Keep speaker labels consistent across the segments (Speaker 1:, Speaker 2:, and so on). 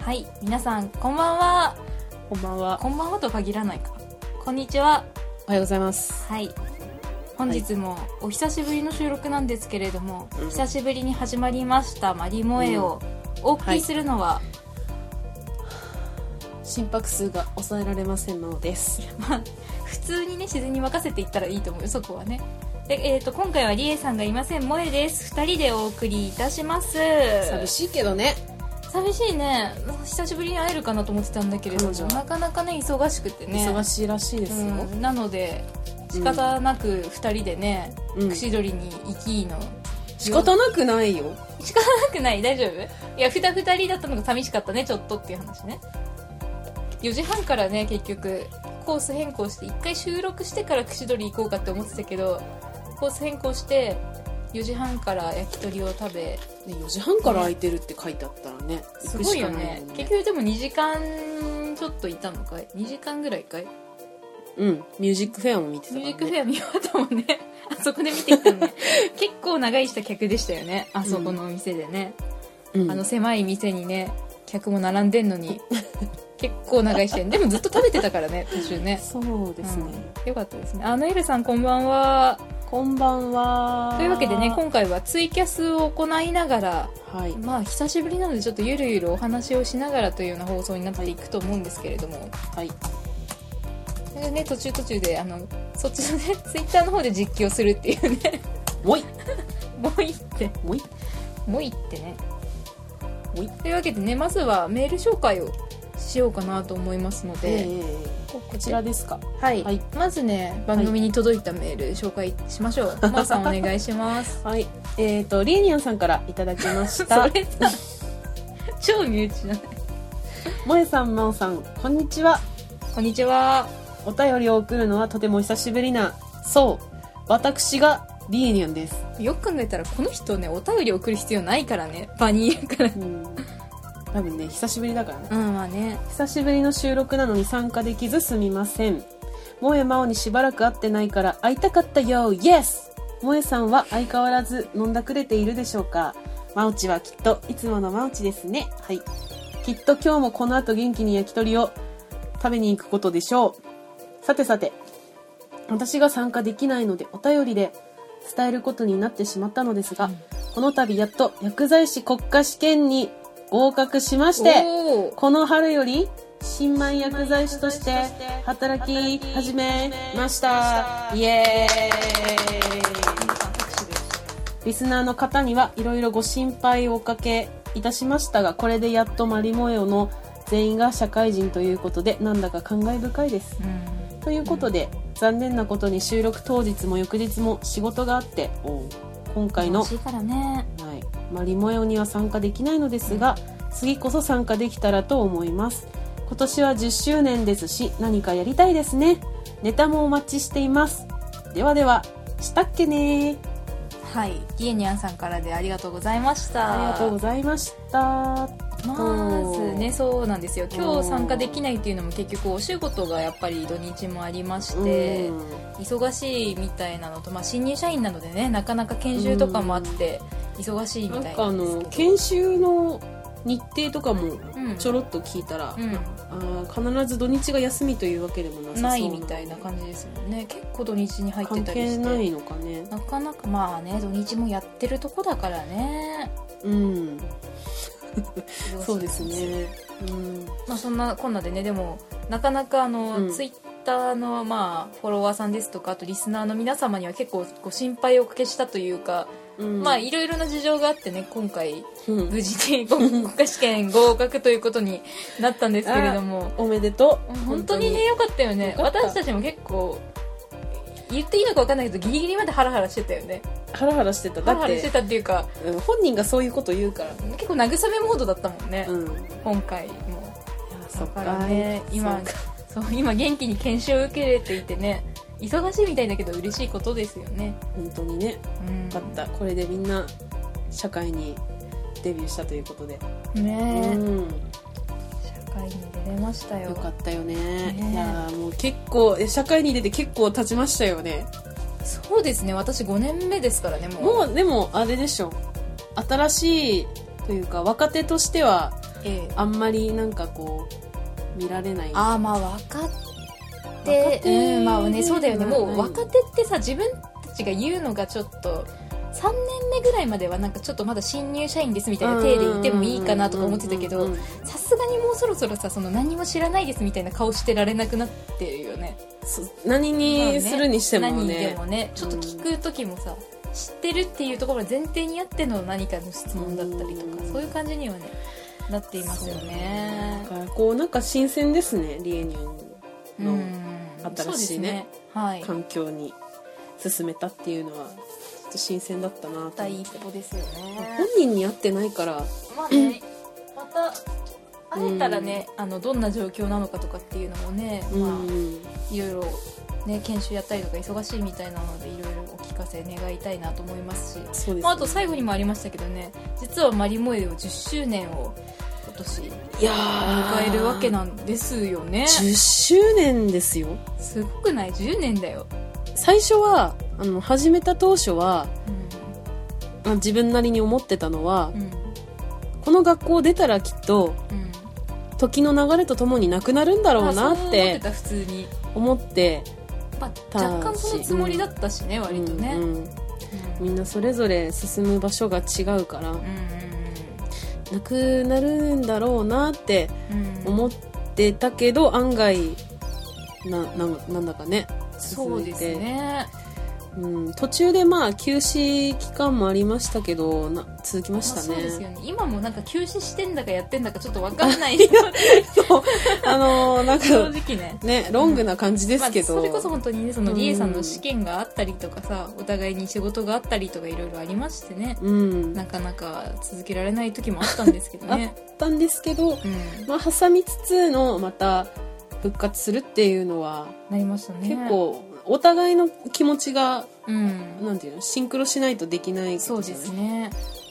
Speaker 1: はい皆さんこんばんは
Speaker 2: こんばんは。
Speaker 1: こんばんはと限らないかこんにちは
Speaker 2: おはようございます。
Speaker 1: はい本日もお久しぶりの収録なんですけれども、
Speaker 2: うん
Speaker 1: 久しぶりに始まりました「マリモエ」をお送りするのは、
Speaker 2: 心拍数が抑えられませんのです。
Speaker 1: 普通にね自然に任せていったらいいと思うよそこはねで、えー、と今回はリエさんがいません萌えです2人でお送りいたします
Speaker 2: 寂しいけどね。
Speaker 1: 寂しいね久しぶりに会えるかなと思ってたんだけれども
Speaker 2: 彼女は
Speaker 1: なかなかね忙しくてね
Speaker 2: 忙しいらしいですよ。
Speaker 1: うんなので仕方なく2人でね、
Speaker 2: うん
Speaker 1: 串取りに行きの
Speaker 2: 仕方なくないよ。
Speaker 1: 仕方なくない大 丈夫いや 2, 2人だったのが寂しかったねちょっとっていう話ね4時半からね結局コース変更して1回収録してから串取り行こうかって思ってたけどコース変更して4時半から焼き鳥を食べ
Speaker 2: ね、4時半から空いてるって書いてあったらね。
Speaker 1: すごいよ
Speaker 2: 行くしかな
Speaker 1: ね
Speaker 2: もん
Speaker 1: 結局でも2時間ちょっといたのかい2時間ぐらいかい
Speaker 2: うん。ミュージックフェアも見てたか
Speaker 1: ミ
Speaker 2: ら、
Speaker 1: ュージッ
Speaker 2: ね。
Speaker 1: クフェア見ようともねあそこで見てきたの ね結構長いした客でしたよねあそこのお店でね、
Speaker 2: うん
Speaker 1: あの狭い店にね客も並んでんの に結構長いしてでもずっと食べてたからね途中ね
Speaker 2: そうですね。
Speaker 1: うんよかったですねあノエルさんこんばんは
Speaker 2: こんばんは。
Speaker 1: というわけでね今回はツイキャスを行いながら
Speaker 2: はい。
Speaker 1: まあ久しぶりなのでちょっとゆるゆるお話をしながらというような放送になっていくと思うんですけれども、
Speaker 2: はい。
Speaker 1: でね、途中途中であのそっちのねツイッターの方で実況するっていうね
Speaker 2: もうい
Speaker 1: もういいって
Speaker 2: もうい
Speaker 1: もういいってね
Speaker 2: もうい
Speaker 1: というわけでねまずはメール紹介をしようかなと思いますの
Speaker 2: ええ
Speaker 1: で、
Speaker 2: ええこちらですか。
Speaker 1: はい、
Speaker 2: はい
Speaker 1: まずね番組に届いたメール紹介しましょう、まーさんお願いします
Speaker 2: はい。えっ、と、リエニアンさんからいただきまし
Speaker 1: そ
Speaker 2: た。
Speaker 1: れさ超身内な
Speaker 2: もえさん、まおさん、こんにちは。
Speaker 1: こんにちは
Speaker 2: お便りを送るのはとても久しぶりな、そう、私がリエニャンです。
Speaker 1: よく考えたらこの人ねお便り送る必要ないからね場にいるから
Speaker 2: うん。多分ね、久しぶりだからね。
Speaker 1: うんまあね
Speaker 2: 久しぶりの収録なのに参加できずすみません。萌え真央にしばらく会ってないから会いたかったよ、イエス萌えさんは相変わらず飲んだくれているでしょうか真央ちはきっといつもの真央ちですね。はい。きっと今日もこの後元気に焼き鳥を食べに行くことでしょう。さてさて、私が参加できないのでお便りで伝えることになってしまったのですが、
Speaker 1: うん
Speaker 2: この度やっと薬剤師国家試験に合格しまして、
Speaker 1: おー
Speaker 2: この春より新米薬剤師として働き始めましたイエーイリスナーの方にはいろいろご心配をおかけいたしましたがこれでやっとマリモエオの全員が社会人ということでなんだか感慨深いです
Speaker 1: うん
Speaker 2: ということで残念なことに収録当日も翌日も仕事があって今回の
Speaker 1: 楽しいからね
Speaker 2: はいまあ、リモエオには参加できないのですが次こそ参加できたらと思います今年は10周年ですし何かやりたいですねネタもお待ちしていますではではしたっけね
Speaker 1: はいリエニャンさんからでありがとうございました
Speaker 2: ありがとうございました
Speaker 1: まずねそうなんですよ今日参加できないっていうのも結局お仕事がやっぱり土日もありまして
Speaker 2: うん
Speaker 1: 忙しいみたいなのと、まあ、新入社員なのでねなかなか研修とかもあって忙しいみ
Speaker 2: な
Speaker 1: た
Speaker 2: ん
Speaker 1: い
Speaker 2: かあ
Speaker 1: なんで
Speaker 2: の
Speaker 1: すけど
Speaker 2: 研修の日程とかも
Speaker 1: うん
Speaker 2: ちょろっと聞いたら、
Speaker 1: う
Speaker 2: あー必ず土日が休みというわけでもなさそ
Speaker 1: ん、
Speaker 2: う
Speaker 1: ないみたいな感じですもんね結構土日に入って
Speaker 2: 関
Speaker 1: たり
Speaker 2: 係
Speaker 1: して
Speaker 2: ないのかね
Speaker 1: なかなかまあね土日もやってるとこだからね
Speaker 2: うん
Speaker 1: 忙しい
Speaker 2: そうですねうん
Speaker 1: まあ、そんなこんなでねでもなかなかあの、
Speaker 2: うん
Speaker 1: ツイッターの、まあ、フォロワーさんですとかあとリスナーの皆様には結構ご心配をおかけしたというか、
Speaker 2: うん
Speaker 1: まあいろいろな事情があってね今回
Speaker 2: うん
Speaker 1: 無事に 国家試験合格ということになったんですけれども
Speaker 2: おめでとう
Speaker 1: 本当にね良かったよね
Speaker 2: よかった
Speaker 1: 私たちも結構言っていいのか分かんないけどギリギリまでハラハラしてたよね
Speaker 2: ハラハラしてた
Speaker 1: ハ
Speaker 2: だ
Speaker 1: ラハ
Speaker 2: っ
Speaker 1: ラして
Speaker 2: て
Speaker 1: たっていうか
Speaker 2: うん本人がそういうこと言うから
Speaker 1: 結構慰めモードだったもんね、
Speaker 2: うんいや
Speaker 1: 今回も。
Speaker 2: そ
Speaker 1: だ
Speaker 2: っ
Speaker 1: から
Speaker 2: か
Speaker 1: ね今そう今元気に研修を受けれていてね忙しいみたいだけど嬉しいことですよね
Speaker 2: 本当にね
Speaker 1: うん
Speaker 2: よかったこれでみんな社会にデビューしたということで
Speaker 1: ねえ、
Speaker 2: うん
Speaker 1: 社会に出れましたよ
Speaker 2: よかったよね
Speaker 1: ね
Speaker 2: いやーもう結構え社会に出て結構経ちましたよね
Speaker 1: そうですね私5年目ですからねもう
Speaker 2: もうでもあれでしょ新しいというか若手としては
Speaker 1: ええ
Speaker 2: あんまりなんかこう見られない
Speaker 1: ああまあ分かって
Speaker 2: 若手
Speaker 1: うんまあねそうだよね
Speaker 2: まあ
Speaker 1: も
Speaker 2: う
Speaker 1: うん若手ってさ自分たちが言うのがちょっと3年目ぐらいまではなんかちょっとまだ新入社員ですみたいな体でいてもいいかなとか思ってたけ
Speaker 2: うん
Speaker 1: ど
Speaker 2: うんうん
Speaker 1: さすがにもうそろそろさその何も知らないですみたいな顔してられなくなってるよね
Speaker 2: そう何にするにしても
Speaker 1: 何にで
Speaker 2: ね
Speaker 1: もねちょっと聞く時もさ、知ってるっていうところが前提にあっての何かの質問だったりとか、
Speaker 2: うん
Speaker 1: そういう感じにはねなっていますよね
Speaker 2: だからこうなんか新鮮ですねリエニュー
Speaker 1: う
Speaker 2: の
Speaker 1: ん
Speaker 2: 新しいね
Speaker 1: そうですはい
Speaker 2: 環境に進めたっていうのはちょっと新鮮だったなと
Speaker 1: 第
Speaker 2: 思っ
Speaker 1: 一
Speaker 2: て
Speaker 1: 歩ですよ
Speaker 2: 本
Speaker 1: ね
Speaker 2: 人に会ってないから
Speaker 1: まあねまた会えたらね、あのどんな状況なのかとかっていうのもね、
Speaker 2: うん
Speaker 1: まあ、いろいろ、ね、研修やったりとか忙しいみたいなのでいろいろお聞かせ願いたいなと思いますし
Speaker 2: そうです
Speaker 1: まあ、あと最後にもありましたけどね実はマリモエを10周年を今年
Speaker 2: いや
Speaker 1: 迎
Speaker 2: ー
Speaker 1: えるわけなんですよね
Speaker 2: 10周年ですよ
Speaker 1: すごくない10年だよ、
Speaker 2: 最初はあの始めた当初は
Speaker 1: う
Speaker 2: まあ自分なりに思ってたのは、
Speaker 1: んうん
Speaker 2: この学校出たらきっと
Speaker 1: うん、
Speaker 2: 時の流れとともになくなるんだろう
Speaker 1: ま
Speaker 2: な
Speaker 1: あそう思っ
Speaker 2: っ
Speaker 1: て
Speaker 2: て
Speaker 1: た普通に、
Speaker 2: 思って、
Speaker 1: まあ、若干そのつもりだったしね割とね、
Speaker 2: う
Speaker 1: うん
Speaker 2: んうんみんなそれぞれ進む場所が違うから、なくなるんだろうなって
Speaker 1: うん
Speaker 2: 思ってたけど、案外なななんだかね
Speaker 1: そ
Speaker 2: 進
Speaker 1: う
Speaker 2: めて
Speaker 1: ですね
Speaker 2: うん、途中でまあ休止期間もありましたけどな続き
Speaker 1: ま
Speaker 2: ま
Speaker 1: あ
Speaker 2: した
Speaker 1: そうです
Speaker 2: ね
Speaker 1: よ。ね今もなんか休止してんだかやってんだかちょっとわかん ない
Speaker 2: あのーなん
Speaker 1: 正
Speaker 2: か
Speaker 1: 直ね
Speaker 2: ねロングな感じですけど、
Speaker 1: まあ、それこそ本当にねその
Speaker 2: うん
Speaker 1: リエさんの試験があったりとかさ、お互いに仕事があったりとかいろいろありましてね
Speaker 2: うん、あ
Speaker 1: なかなか続けられない時もあったんですけど ね、
Speaker 2: ったんですけど、
Speaker 1: うん、
Speaker 2: まあ、挟みつつのまた復活するっていうのは
Speaker 1: なりましたね
Speaker 2: 結構お互いの気持ちが
Speaker 1: うん
Speaker 2: なんていうのシンクロしないとできない
Speaker 1: そうですね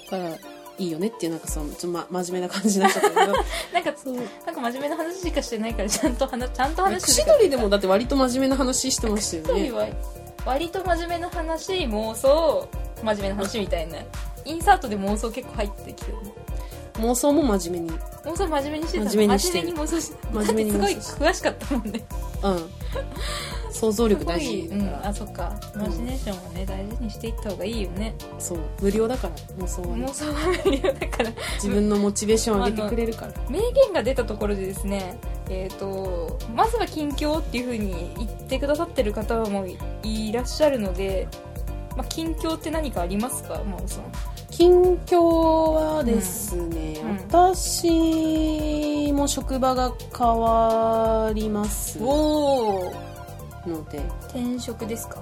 Speaker 2: からいいよねっていうなんかそのちょっと、ま、真面目な感じになっ ちゃったけど
Speaker 1: なんか
Speaker 2: そう
Speaker 1: なんか真面目な話しかしてないからちゃんと話ちゃんと話して
Speaker 2: 串
Speaker 1: る
Speaker 2: 取りでもだって割と真面目な話してましたよ
Speaker 1: 一
Speaker 2: ね
Speaker 1: 人は割と真面目な話妄想真面目な話みたいなインサートで妄想結構入ってきてるね
Speaker 2: 妄想も真面目に
Speaker 1: 妄想真面目にしてたの
Speaker 2: 真面目にしてる
Speaker 1: 真面目に妄想して
Speaker 2: 真面目に妄想
Speaker 1: だってすごい詳しかったもんね
Speaker 2: うん想像力大事
Speaker 1: すごい
Speaker 2: だか
Speaker 1: うん、
Speaker 2: ら、
Speaker 1: あそっかイマジネーションはね大事にしていった方がいいよね
Speaker 2: そう無料だから妄想は、
Speaker 1: 妄
Speaker 2: ね、
Speaker 1: 想は無料だから
Speaker 2: 自分のモチベーションを上げてくれるから
Speaker 1: 名言が出たところでですね、えー、とまずは近況っていうふうに言ってくださってる方もいらっしゃるので、まあ、近況って何かありますか真央さん
Speaker 2: 近況はですね、
Speaker 1: うん
Speaker 2: 私も職場が変わりますの
Speaker 1: おお
Speaker 2: で
Speaker 1: 転職ですか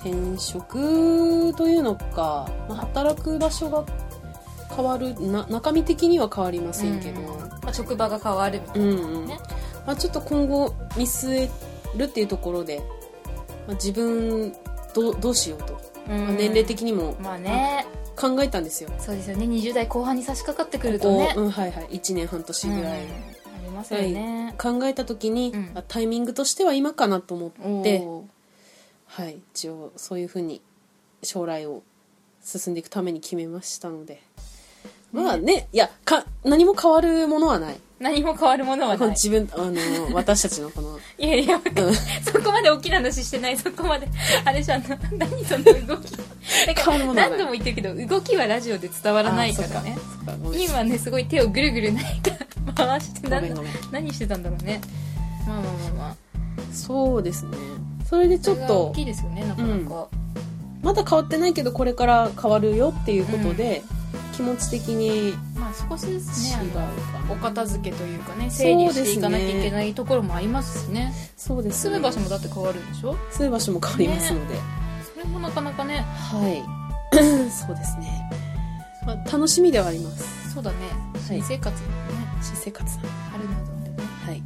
Speaker 2: 転職というのか、まあ働く場所が変わるな中身的には変わりませんけど、
Speaker 1: うんまあ、職場が変わるみた
Speaker 2: う
Speaker 1: い
Speaker 2: ん
Speaker 1: な、
Speaker 2: うん
Speaker 1: ね
Speaker 2: まあ、ちょっと今後見据えるっていうところで、まあ自分どうどうしようと、まあ年齢的にも
Speaker 1: まあね
Speaker 2: 考えたんですよ、
Speaker 1: そうですよね20代後半に差し掛かってくると
Speaker 2: こ
Speaker 1: ね
Speaker 2: ううんはいはい、1年半年ぐらい、
Speaker 1: うんありますよね、
Speaker 2: 考えた時に、
Speaker 1: うん
Speaker 2: あタイミングとしては今かなと思
Speaker 1: お
Speaker 2: って、
Speaker 1: ー
Speaker 2: はい、一応そういうふうに将来を進んでいくために決めましたので。まあね、いやか何も変わるものはない
Speaker 1: 何も変わるものは
Speaker 2: こ
Speaker 1: ない
Speaker 2: の自分あ の私たちのこの
Speaker 1: いやいや、
Speaker 2: うん
Speaker 1: そこまで大きな話してない、そこ まで。あれじゃん、な何その動き。だか
Speaker 2: 変
Speaker 1: ら
Speaker 2: わるものはない
Speaker 1: 何度も言ってるけど、動きはラジオで伝わらないからね
Speaker 2: あ。そっかそっかごめん
Speaker 1: 今ね、すごい手をぐるぐるないか回して
Speaker 2: ごめ
Speaker 1: 何
Speaker 2: ん
Speaker 1: だ
Speaker 2: ごめん
Speaker 1: 何してたんだろうね。まあまあまあまあ。
Speaker 2: そうですねそれでちょっ
Speaker 1: それが大
Speaker 2: と
Speaker 1: きいですよね、なかなか。
Speaker 2: まだ変わってないけどこれから変わるよっていうことで、気持ち的に違う
Speaker 1: まあ少しずつね、
Speaker 2: か
Speaker 1: あのお
Speaker 2: な
Speaker 1: 片付けというかね、整理していかなきゃいけないところもありますしね。
Speaker 2: そうです、
Speaker 1: 住
Speaker 2: ね、
Speaker 1: む場所もだって変わるんでしょ
Speaker 2: 住む場所も変わりますので、
Speaker 1: それもなかなかね、
Speaker 2: はい そうですね、まあ、楽しみではあります
Speaker 1: そうだね、
Speaker 2: い
Speaker 1: 新生活もね、
Speaker 2: 新生活は
Speaker 1: あるのでね。
Speaker 2: い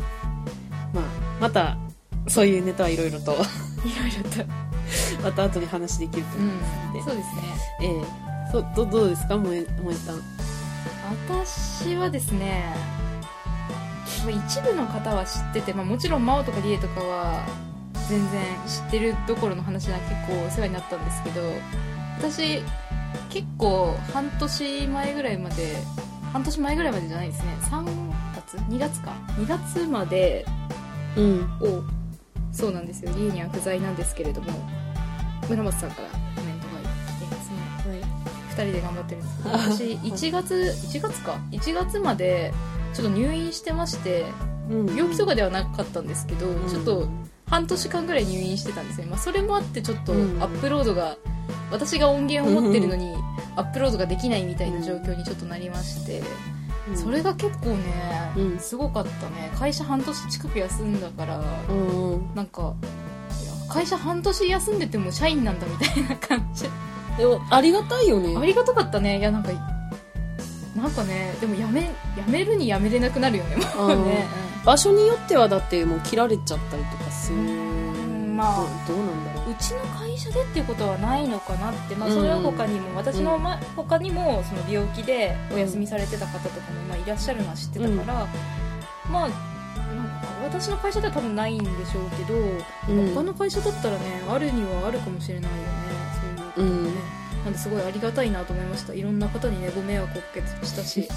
Speaker 2: まあまたそういうネタはいろいろ と
Speaker 1: いろいろと。
Speaker 2: また後で話できると
Speaker 1: う
Speaker 2: 思い
Speaker 1: ん
Speaker 2: ますので、、
Speaker 1: そうですね。
Speaker 2: ええそどどうですか萌え萌えさん
Speaker 1: 私はですねまあ一部の方は知ってて、まあ、もちろん真央とかリエとかは全然知ってるどころの話な結構お世話になったんですけど私結構半年前ぐらいまで半年前ぐらいまでじゃないですね3月2月か2月まで
Speaker 2: うん
Speaker 1: をそうなんですよ家には不在なんですけれども村松さんからコメントが来てますね2人で頑張ってるんですけど私1月1月か1月までちょっと入院してまして
Speaker 2: うん
Speaker 1: 病気と
Speaker 2: か
Speaker 1: かではなかったんですけど、ちょっと半年間ぐらい入院してたんですね、まあ、それもあってちょっとア
Speaker 2: うん
Speaker 1: ップロードが、私が音源を持ってるのにアップロードができないみたいな状況にちょっとなりまして、それが結構ね、
Speaker 2: うん
Speaker 1: すごかったね会社半年近く休んだから
Speaker 2: うんうん
Speaker 1: なんかいや会社半年休んでても社員なんだみたいな感じ
Speaker 2: でもありがたいよね
Speaker 1: ありがたかったねいやなんかなんかねでもやめやめるにやめれなくなるよねもうね、
Speaker 2: 場所によってはだってもう切られちゃったりとかする
Speaker 1: うんまあ
Speaker 2: どうどうなんだろ
Speaker 1: うちの会社でっていうことはないのかなって、まあ、
Speaker 2: うん
Speaker 1: それは他にも、私の、ま、他にもその病気でお休みされてた方とかもまあいらっしゃるのは知ってたから、まあなんか私の会社では多分ないんでしょうけど、
Speaker 2: う、うん、
Speaker 1: 他の会社だったらねあるにはあるかもしれないよねそういうのね、なんですごいありがたいなと思いましたいろんな方にねご迷惑をおかけしたし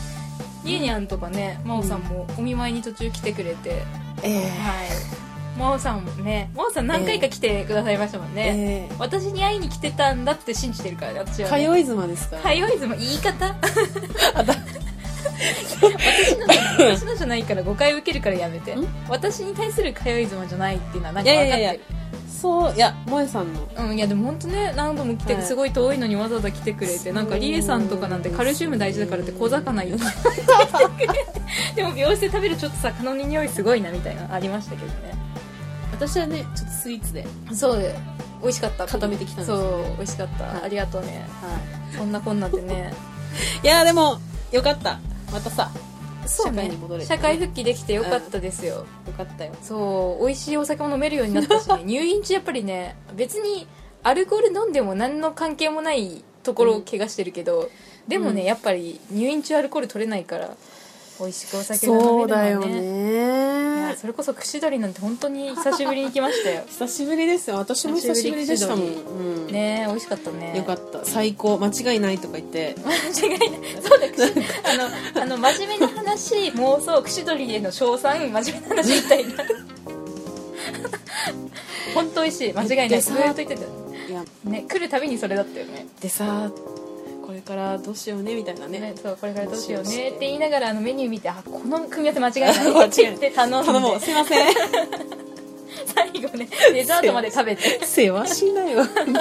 Speaker 1: イエニャンとかね真央さんもお見舞いに途中来てくれて、
Speaker 2: え
Speaker 1: はい真央さんもね真央さん何回か来てくださいましたもん
Speaker 2: え
Speaker 1: ね、
Speaker 2: え
Speaker 1: 私に会いに来てたんだって信じてるからね私
Speaker 2: え
Speaker 1: は、ね、
Speaker 2: 通い妻ですから、
Speaker 1: 通いずも言い方
Speaker 2: あだ
Speaker 1: 私の私のじゃないから誤解を受けるからやめて
Speaker 2: ん
Speaker 1: 私に対する通いずもじゃないっていうのはなんか分かってる
Speaker 2: いやいやいそういや萌えさんの
Speaker 1: うん、いやでも本当ね何度も来て
Speaker 2: はい
Speaker 1: すごい遠いのにわざわざ来てくれて、なんかリエさんとかなんてカルシウム大事だからって小魚 言ってでも病室で食べるちょっと魚の匂いすごいなみたいなのありましたけどね
Speaker 2: 私はねちょっとスイーツで
Speaker 1: そうで美味しかった
Speaker 2: 固めてきたんですよ
Speaker 1: そう美味しかった、
Speaker 2: はい
Speaker 1: ありがとうね
Speaker 2: は
Speaker 1: そんなこんなでね
Speaker 2: いいやでもよかったまたさ
Speaker 1: そうね
Speaker 2: 社会に戻れて
Speaker 1: 社会復帰できてよかったですよ、
Speaker 2: よかったよ
Speaker 1: そう美味しいお酒も飲めるようになったし、 ね、入院中やっぱりね別にアルコール飲んでも何の関係もないところを怪我してるけど、でもね、
Speaker 2: うん
Speaker 1: やっぱり入院中アルコール取れないから美味しくお酒が飲めるの
Speaker 2: そ
Speaker 1: は
Speaker 2: うだよ
Speaker 1: いや
Speaker 2: ね
Speaker 1: それこそ串取りなんて本当に久しぶりに行きましたよ
Speaker 2: 久しぶりですよ私も久しぶりでしたもん、うん
Speaker 1: ねえ美味しかったね
Speaker 2: よかった最高間違いないとか言って
Speaker 1: 間違いないそうだ串あのあの真面目な話妄想串取りへの称賛真面目な話みたい な本当美味しい間違いな
Speaker 2: で
Speaker 1: い
Speaker 2: さ
Speaker 1: ずーっと言ってた
Speaker 2: いや
Speaker 1: ね来るたびにそれだったよね
Speaker 2: でさこれからどうしようねみたいなね
Speaker 1: ねそうこれからどうしようねって言いながらあのメニュー見てあこの組み合わ せ間違い
Speaker 2: 間
Speaker 1: ない
Speaker 2: 違い
Speaker 1: って言って頼んで
Speaker 2: 頼もうすいません
Speaker 1: 最後ねデザートまで食 べて
Speaker 2: せわしなよ本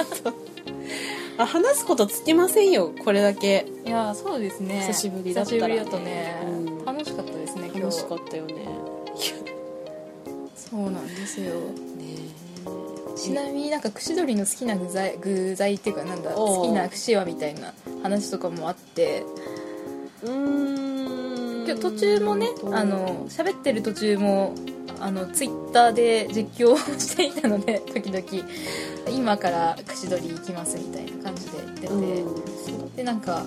Speaker 2: 当あ話すことつきませんよこれだけ
Speaker 1: いやーそうですね
Speaker 2: 久しぶりだった
Speaker 1: 久
Speaker 2: ら
Speaker 1: しぶりだとね、
Speaker 2: うん
Speaker 1: 楽しかったですね今
Speaker 2: 楽
Speaker 1: 日
Speaker 2: しかったよね
Speaker 1: そうなんですよ
Speaker 2: ね
Speaker 1: ちなみになんか串取りの好きな具材具材っていうかなんだ
Speaker 2: おう
Speaker 1: 好きな串はみたいな話とかもあって
Speaker 2: うーん
Speaker 1: 今日途中もねあの喋ってる途中もあのツイッターで実況をしていたので 時々今から串取り行きますみたいな感じで言ってて、
Speaker 2: うん
Speaker 1: でなんか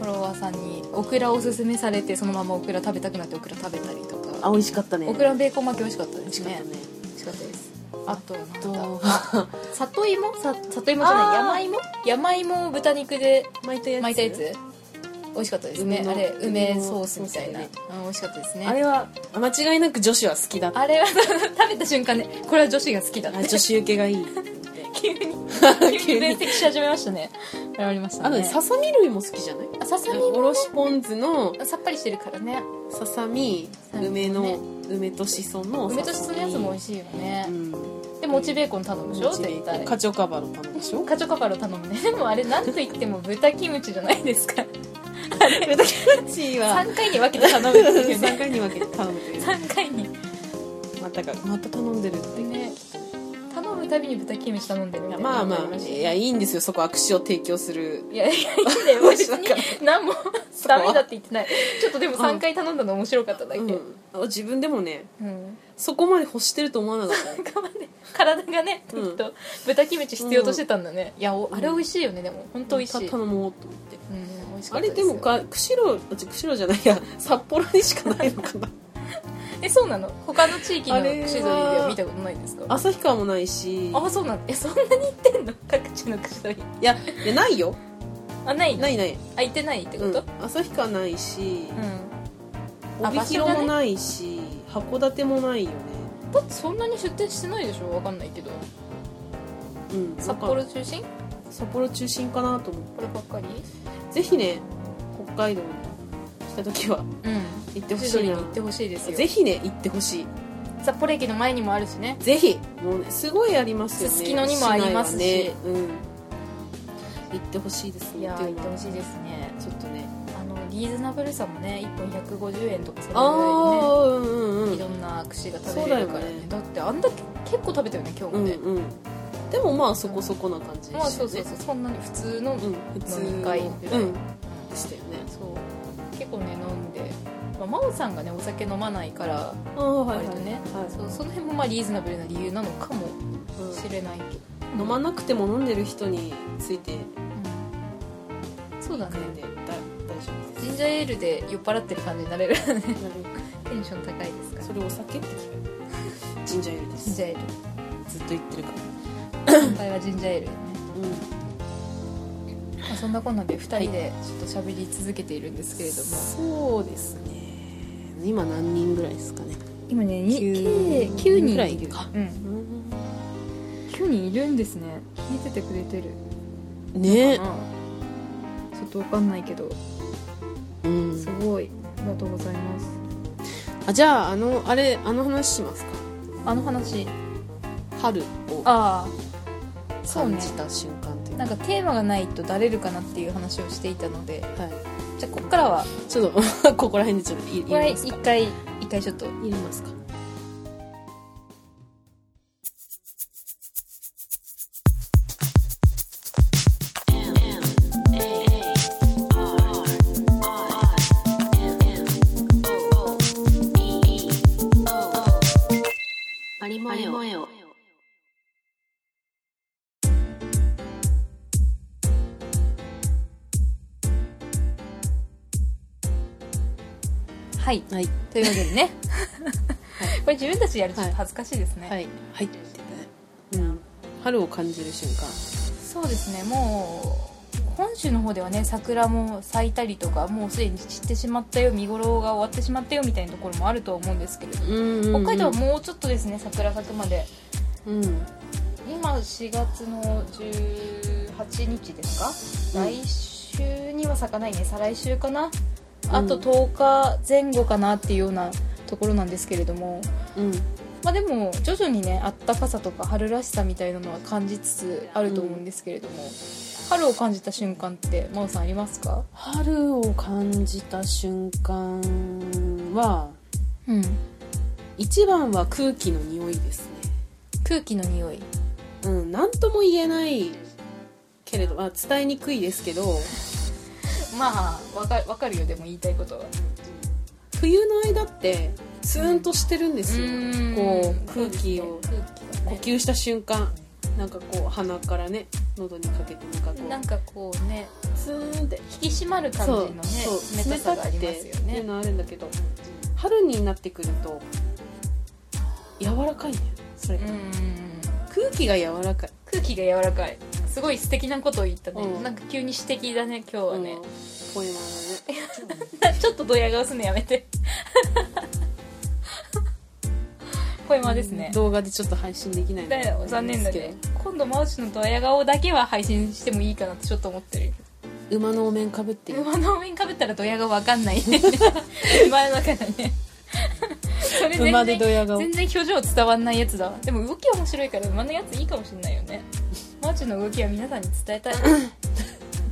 Speaker 1: フォロワーさんにオクラおすすめされてそのままオクラ食べたくなってオクラ食べたりと
Speaker 2: あ
Speaker 1: か
Speaker 2: 美味しかったね
Speaker 1: オクラのベーコン巻き美味しかった
Speaker 2: 美
Speaker 1: で
Speaker 2: 味
Speaker 1: す
Speaker 2: しかっ
Speaker 1: ね
Speaker 2: たね
Speaker 1: 美味しかったですあとなんだ
Speaker 2: と
Speaker 1: 里芋さ里芋じゃない
Speaker 2: あー
Speaker 1: 山芋山芋を豚肉で
Speaker 2: 巻いたやつ
Speaker 1: 巻いたやつ美味しかったですね
Speaker 2: 梅の
Speaker 1: あれ
Speaker 2: 梅
Speaker 1: 梅
Speaker 2: の
Speaker 1: ソースみたいな、
Speaker 2: ソース
Speaker 1: うん美味しかったですね
Speaker 2: あれは間違いなく女子は好きだった
Speaker 1: あれは食べた瞬間ねこれは女子が好きだ
Speaker 2: あ
Speaker 1: ね
Speaker 2: 女子受けがいい
Speaker 1: 急に急
Speaker 2: 急
Speaker 1: に
Speaker 2: に
Speaker 1: 分析し始めましたねあれありました
Speaker 2: あの
Speaker 1: ね
Speaker 2: ねささみ類も好きじゃない
Speaker 1: あささみ
Speaker 2: お
Speaker 1: も
Speaker 2: ろしポン酢の
Speaker 1: さっぱりしてるからね
Speaker 2: ささみ
Speaker 1: うん
Speaker 2: 梅の梅としその
Speaker 1: 梅としそのやつも美味しいよね
Speaker 2: う、ん
Speaker 1: でもちベーコン頼むでしょ
Speaker 2: うちで
Speaker 1: 絶対
Speaker 2: カチョカバのパンでしょ
Speaker 1: カチョカパロ頼むね でもあれなんと言っても豚キムチじゃないですか
Speaker 2: 豚キムチは
Speaker 1: 3回に分けて頼むっていう
Speaker 2: 3
Speaker 1: ね
Speaker 2: 回に分けて頼むと いう
Speaker 1: 3回に
Speaker 2: またかまた頼んでるって
Speaker 1: ね頼むたびに豚キムチ頼んでるみたいな
Speaker 2: まあまあい
Speaker 1: い
Speaker 2: やいいんですよそこ握手を提供する
Speaker 1: やいやいいんだよ別
Speaker 2: なんか
Speaker 1: に何も
Speaker 2: そこは
Speaker 1: ダメだって言ってないちょっとでも3回頼んだの面白かっただけ、うん
Speaker 2: うん、自分でもねそこまで欲してると思わなかった
Speaker 1: 頑張って体がねきっ
Speaker 2: うん
Speaker 1: と豚キムチ必要としてたんだね、いやおあれ美味しいよねでも本 当美味しい、うん、
Speaker 2: 頼もうと思って
Speaker 1: 美味しか
Speaker 2: あ
Speaker 1: った
Speaker 2: れ
Speaker 1: す
Speaker 2: で
Speaker 1: よ
Speaker 2: もか釧路あち釧路じゃない や札幌にしかないのかな
Speaker 1: えそうなの他の地域の
Speaker 2: あれは
Speaker 1: 串取りでは見たことないんですかあ
Speaker 2: 旭川もないし
Speaker 1: あそうなのえそんなに行ってんの各地の串取り
Speaker 2: いやいやないよ
Speaker 1: あないの
Speaker 2: ないない、
Speaker 1: 空いてないってこ
Speaker 2: うん
Speaker 1: と、
Speaker 2: 旭川ないし、
Speaker 1: うんあ
Speaker 2: 帯
Speaker 1: 場所
Speaker 2: 広
Speaker 1: がね
Speaker 2: もないし、函館もないよね
Speaker 1: だってそんなに出店してないでしょわかんないけど
Speaker 2: うん
Speaker 1: 札
Speaker 2: な
Speaker 1: 幌
Speaker 2: んか
Speaker 1: 中心
Speaker 2: 札幌中心かなと思
Speaker 1: こればっかり
Speaker 2: うぜひね北海道に来た時は
Speaker 1: うん
Speaker 2: 行ってほ
Speaker 1: 女
Speaker 2: し
Speaker 1: 子
Speaker 2: い
Speaker 1: に
Speaker 2: な
Speaker 1: 行ってほしいですよ
Speaker 2: ぜひね行ってほしい
Speaker 1: 札幌駅の前にもあるしね
Speaker 2: ぜひもうねすごいありますよね
Speaker 1: すすきのにもありますし
Speaker 2: 市内はねうん、行ってほしいです
Speaker 1: い
Speaker 2: ね
Speaker 1: や
Speaker 2: ってい
Speaker 1: ー
Speaker 2: う
Speaker 1: 行っ
Speaker 2: の
Speaker 1: て
Speaker 2: は
Speaker 1: ほしいですね
Speaker 2: ちょっとね
Speaker 1: あのリーズナブルさもね1本150円とかそれ
Speaker 2: あ
Speaker 1: ぐ
Speaker 2: あうんうんう
Speaker 1: らいでねい
Speaker 2: ん
Speaker 1: ろんな串が食べれるから
Speaker 2: そうだ
Speaker 1: ね
Speaker 2: よね
Speaker 1: だってあんだけ結構食べたよね今日
Speaker 2: う
Speaker 1: も
Speaker 2: ん
Speaker 1: ね、
Speaker 2: うんでもまあそこそこな感じでしたよね、
Speaker 1: まあそうそうそうそんなに普通の、
Speaker 2: うん普通
Speaker 1: 飲み会
Speaker 2: の
Speaker 1: ぐらい
Speaker 2: うんでしたよね
Speaker 1: そう結構ね飲んで、まあ、真央さんがねお酒飲まないから
Speaker 2: ああはいはい
Speaker 1: 割とね、
Speaker 2: はい
Speaker 1: そうその辺もまあリーズナブルな理由なのかも
Speaker 2: うん
Speaker 1: しれないけど、
Speaker 2: 飲まなくても飲んでる人について
Speaker 1: うんそうだね
Speaker 2: くれてだ大丈夫で
Speaker 1: ジンジャーエールで酔っ払ってる感じになれ るテ
Speaker 2: すなる
Speaker 1: ンション高いですか
Speaker 2: ほど
Speaker 1: ら
Speaker 2: それお酒って聞くジンジャーエールで
Speaker 1: ジン
Speaker 2: す
Speaker 1: ジャーエール
Speaker 2: ずっと言ってるから
Speaker 1: 今回はジンジャーエールね、
Speaker 2: うん
Speaker 1: まあ、そんなこんなで2人でちょっと喋り続けているんですけれども、
Speaker 2: そうですね今何人ぐらいですかね
Speaker 1: 今ねに
Speaker 2: 九
Speaker 1: 計
Speaker 2: 人
Speaker 1: 9人
Speaker 2: ぐらい
Speaker 1: いる
Speaker 2: か
Speaker 1: うん、9人いるんですね聞いててくれてる
Speaker 2: ね
Speaker 1: かなちょっとわかんないけど
Speaker 2: うん
Speaker 1: すごいありがとうございます
Speaker 2: あじゃああのあれあの話しますか
Speaker 1: あの話
Speaker 2: 春を
Speaker 1: ああそう
Speaker 2: 感
Speaker 1: ね
Speaker 2: じた瞬間という
Speaker 1: なんかテーマがないとだれるかなっていう話をしていたので
Speaker 2: はい
Speaker 1: じゃあこっからは
Speaker 2: ちょっとここら辺でちょっとい
Speaker 1: こ
Speaker 2: 入
Speaker 1: れ
Speaker 2: れます
Speaker 1: 一
Speaker 2: か
Speaker 1: 回一回ちょっと
Speaker 2: 入れますか
Speaker 3: マリモエオ。
Speaker 1: はい
Speaker 2: はい
Speaker 1: というわけで ねこれ自分たちでやるとちょっと恥ずかしいですね、
Speaker 2: はい入ってねうん春を感じる瞬間
Speaker 1: そうですねもう本州の方ではね桜も咲いたりとかもうすでに散ってしまったよ見頃が終わってしまったよみたいなところもあるとは思うんですけれども、
Speaker 2: 北
Speaker 1: 北海道はもうちょっとですね桜咲くまで
Speaker 2: うん、
Speaker 1: 今4月の18日ですか、
Speaker 2: うん
Speaker 1: 来週には咲かないね再来週かな、
Speaker 2: うん
Speaker 1: あと10日前後かなっていうようなところなんですけれども
Speaker 2: うん、
Speaker 1: まあでも徐々にねあったかさとか春らしさみたいなのは感じつつあると思うんですけれども、春を感じた瞬間って真央さんありますか
Speaker 2: 春を感じた瞬間は
Speaker 1: うん
Speaker 2: 一番は空気の匂いですね
Speaker 1: 空気の匂い
Speaker 2: うん何とも言えないけれど、まあ、伝えにくいですけど
Speaker 1: まあわかわかるよでも言いたいことは
Speaker 2: 冬の間ってツーンとしてるんですよ
Speaker 1: うん
Speaker 2: こう空気を
Speaker 1: 空気が
Speaker 2: 呼
Speaker 1: ね
Speaker 2: 吸した瞬間なんかこう鼻からね喉にかけてなんかこ
Speaker 1: なんかこうね
Speaker 2: うツーンって
Speaker 1: 引き締まる感じのね冷たさがありますよ
Speaker 2: ってい
Speaker 1: ね
Speaker 2: うのはあるんだけど春になってくると柔らかいねそれ
Speaker 1: う
Speaker 2: が、
Speaker 1: ん
Speaker 2: 空気が柔らかい、
Speaker 1: 空気が柔らかいすごい素敵なことを言ったね、
Speaker 2: うん
Speaker 1: なんか急に私的だね今日は
Speaker 2: うん
Speaker 1: ね、
Speaker 2: ポエマーだね
Speaker 1: ちょっとドヤ顔すんのやめて ポエマですね、
Speaker 2: 動画でちょっと配信できないの
Speaker 1: だよ残念だ
Speaker 2: で
Speaker 1: ね
Speaker 2: す
Speaker 1: 今度マウチのドヤ顔だけは配信してもいいかなってちょっと思ってる
Speaker 2: けど馬のお面かぶってる
Speaker 1: 馬の上にかぶったらドヤ顔わかんない ね馬の中にねそれ全然
Speaker 2: 馬でドヤ顔
Speaker 1: 全然表情伝わんないやつだわでも動き面白いから馬のやついいかもしんないよ ねマーチの動きは皆さんに伝えたい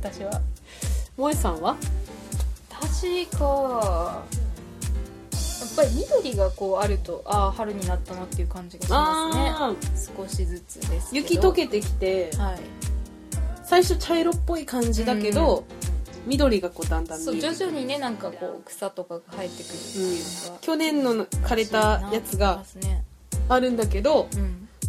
Speaker 1: 私は
Speaker 2: 萌えさんは
Speaker 1: 私かやっぱり緑がこうあるとああ春になったなっていう感じがしま
Speaker 2: あー
Speaker 1: すね少しずつですけど
Speaker 2: 雪溶けてきて
Speaker 1: はい
Speaker 2: 最初茶色っぽい感じだけど、緑がこうだんだん
Speaker 1: そう
Speaker 2: 見え
Speaker 1: 徐
Speaker 2: て
Speaker 1: 々にねなんかこう草とかが生えてくるっていうのが
Speaker 2: 去年の枯れたやつが
Speaker 1: そうなって
Speaker 2: あるんだけど
Speaker 1: ますね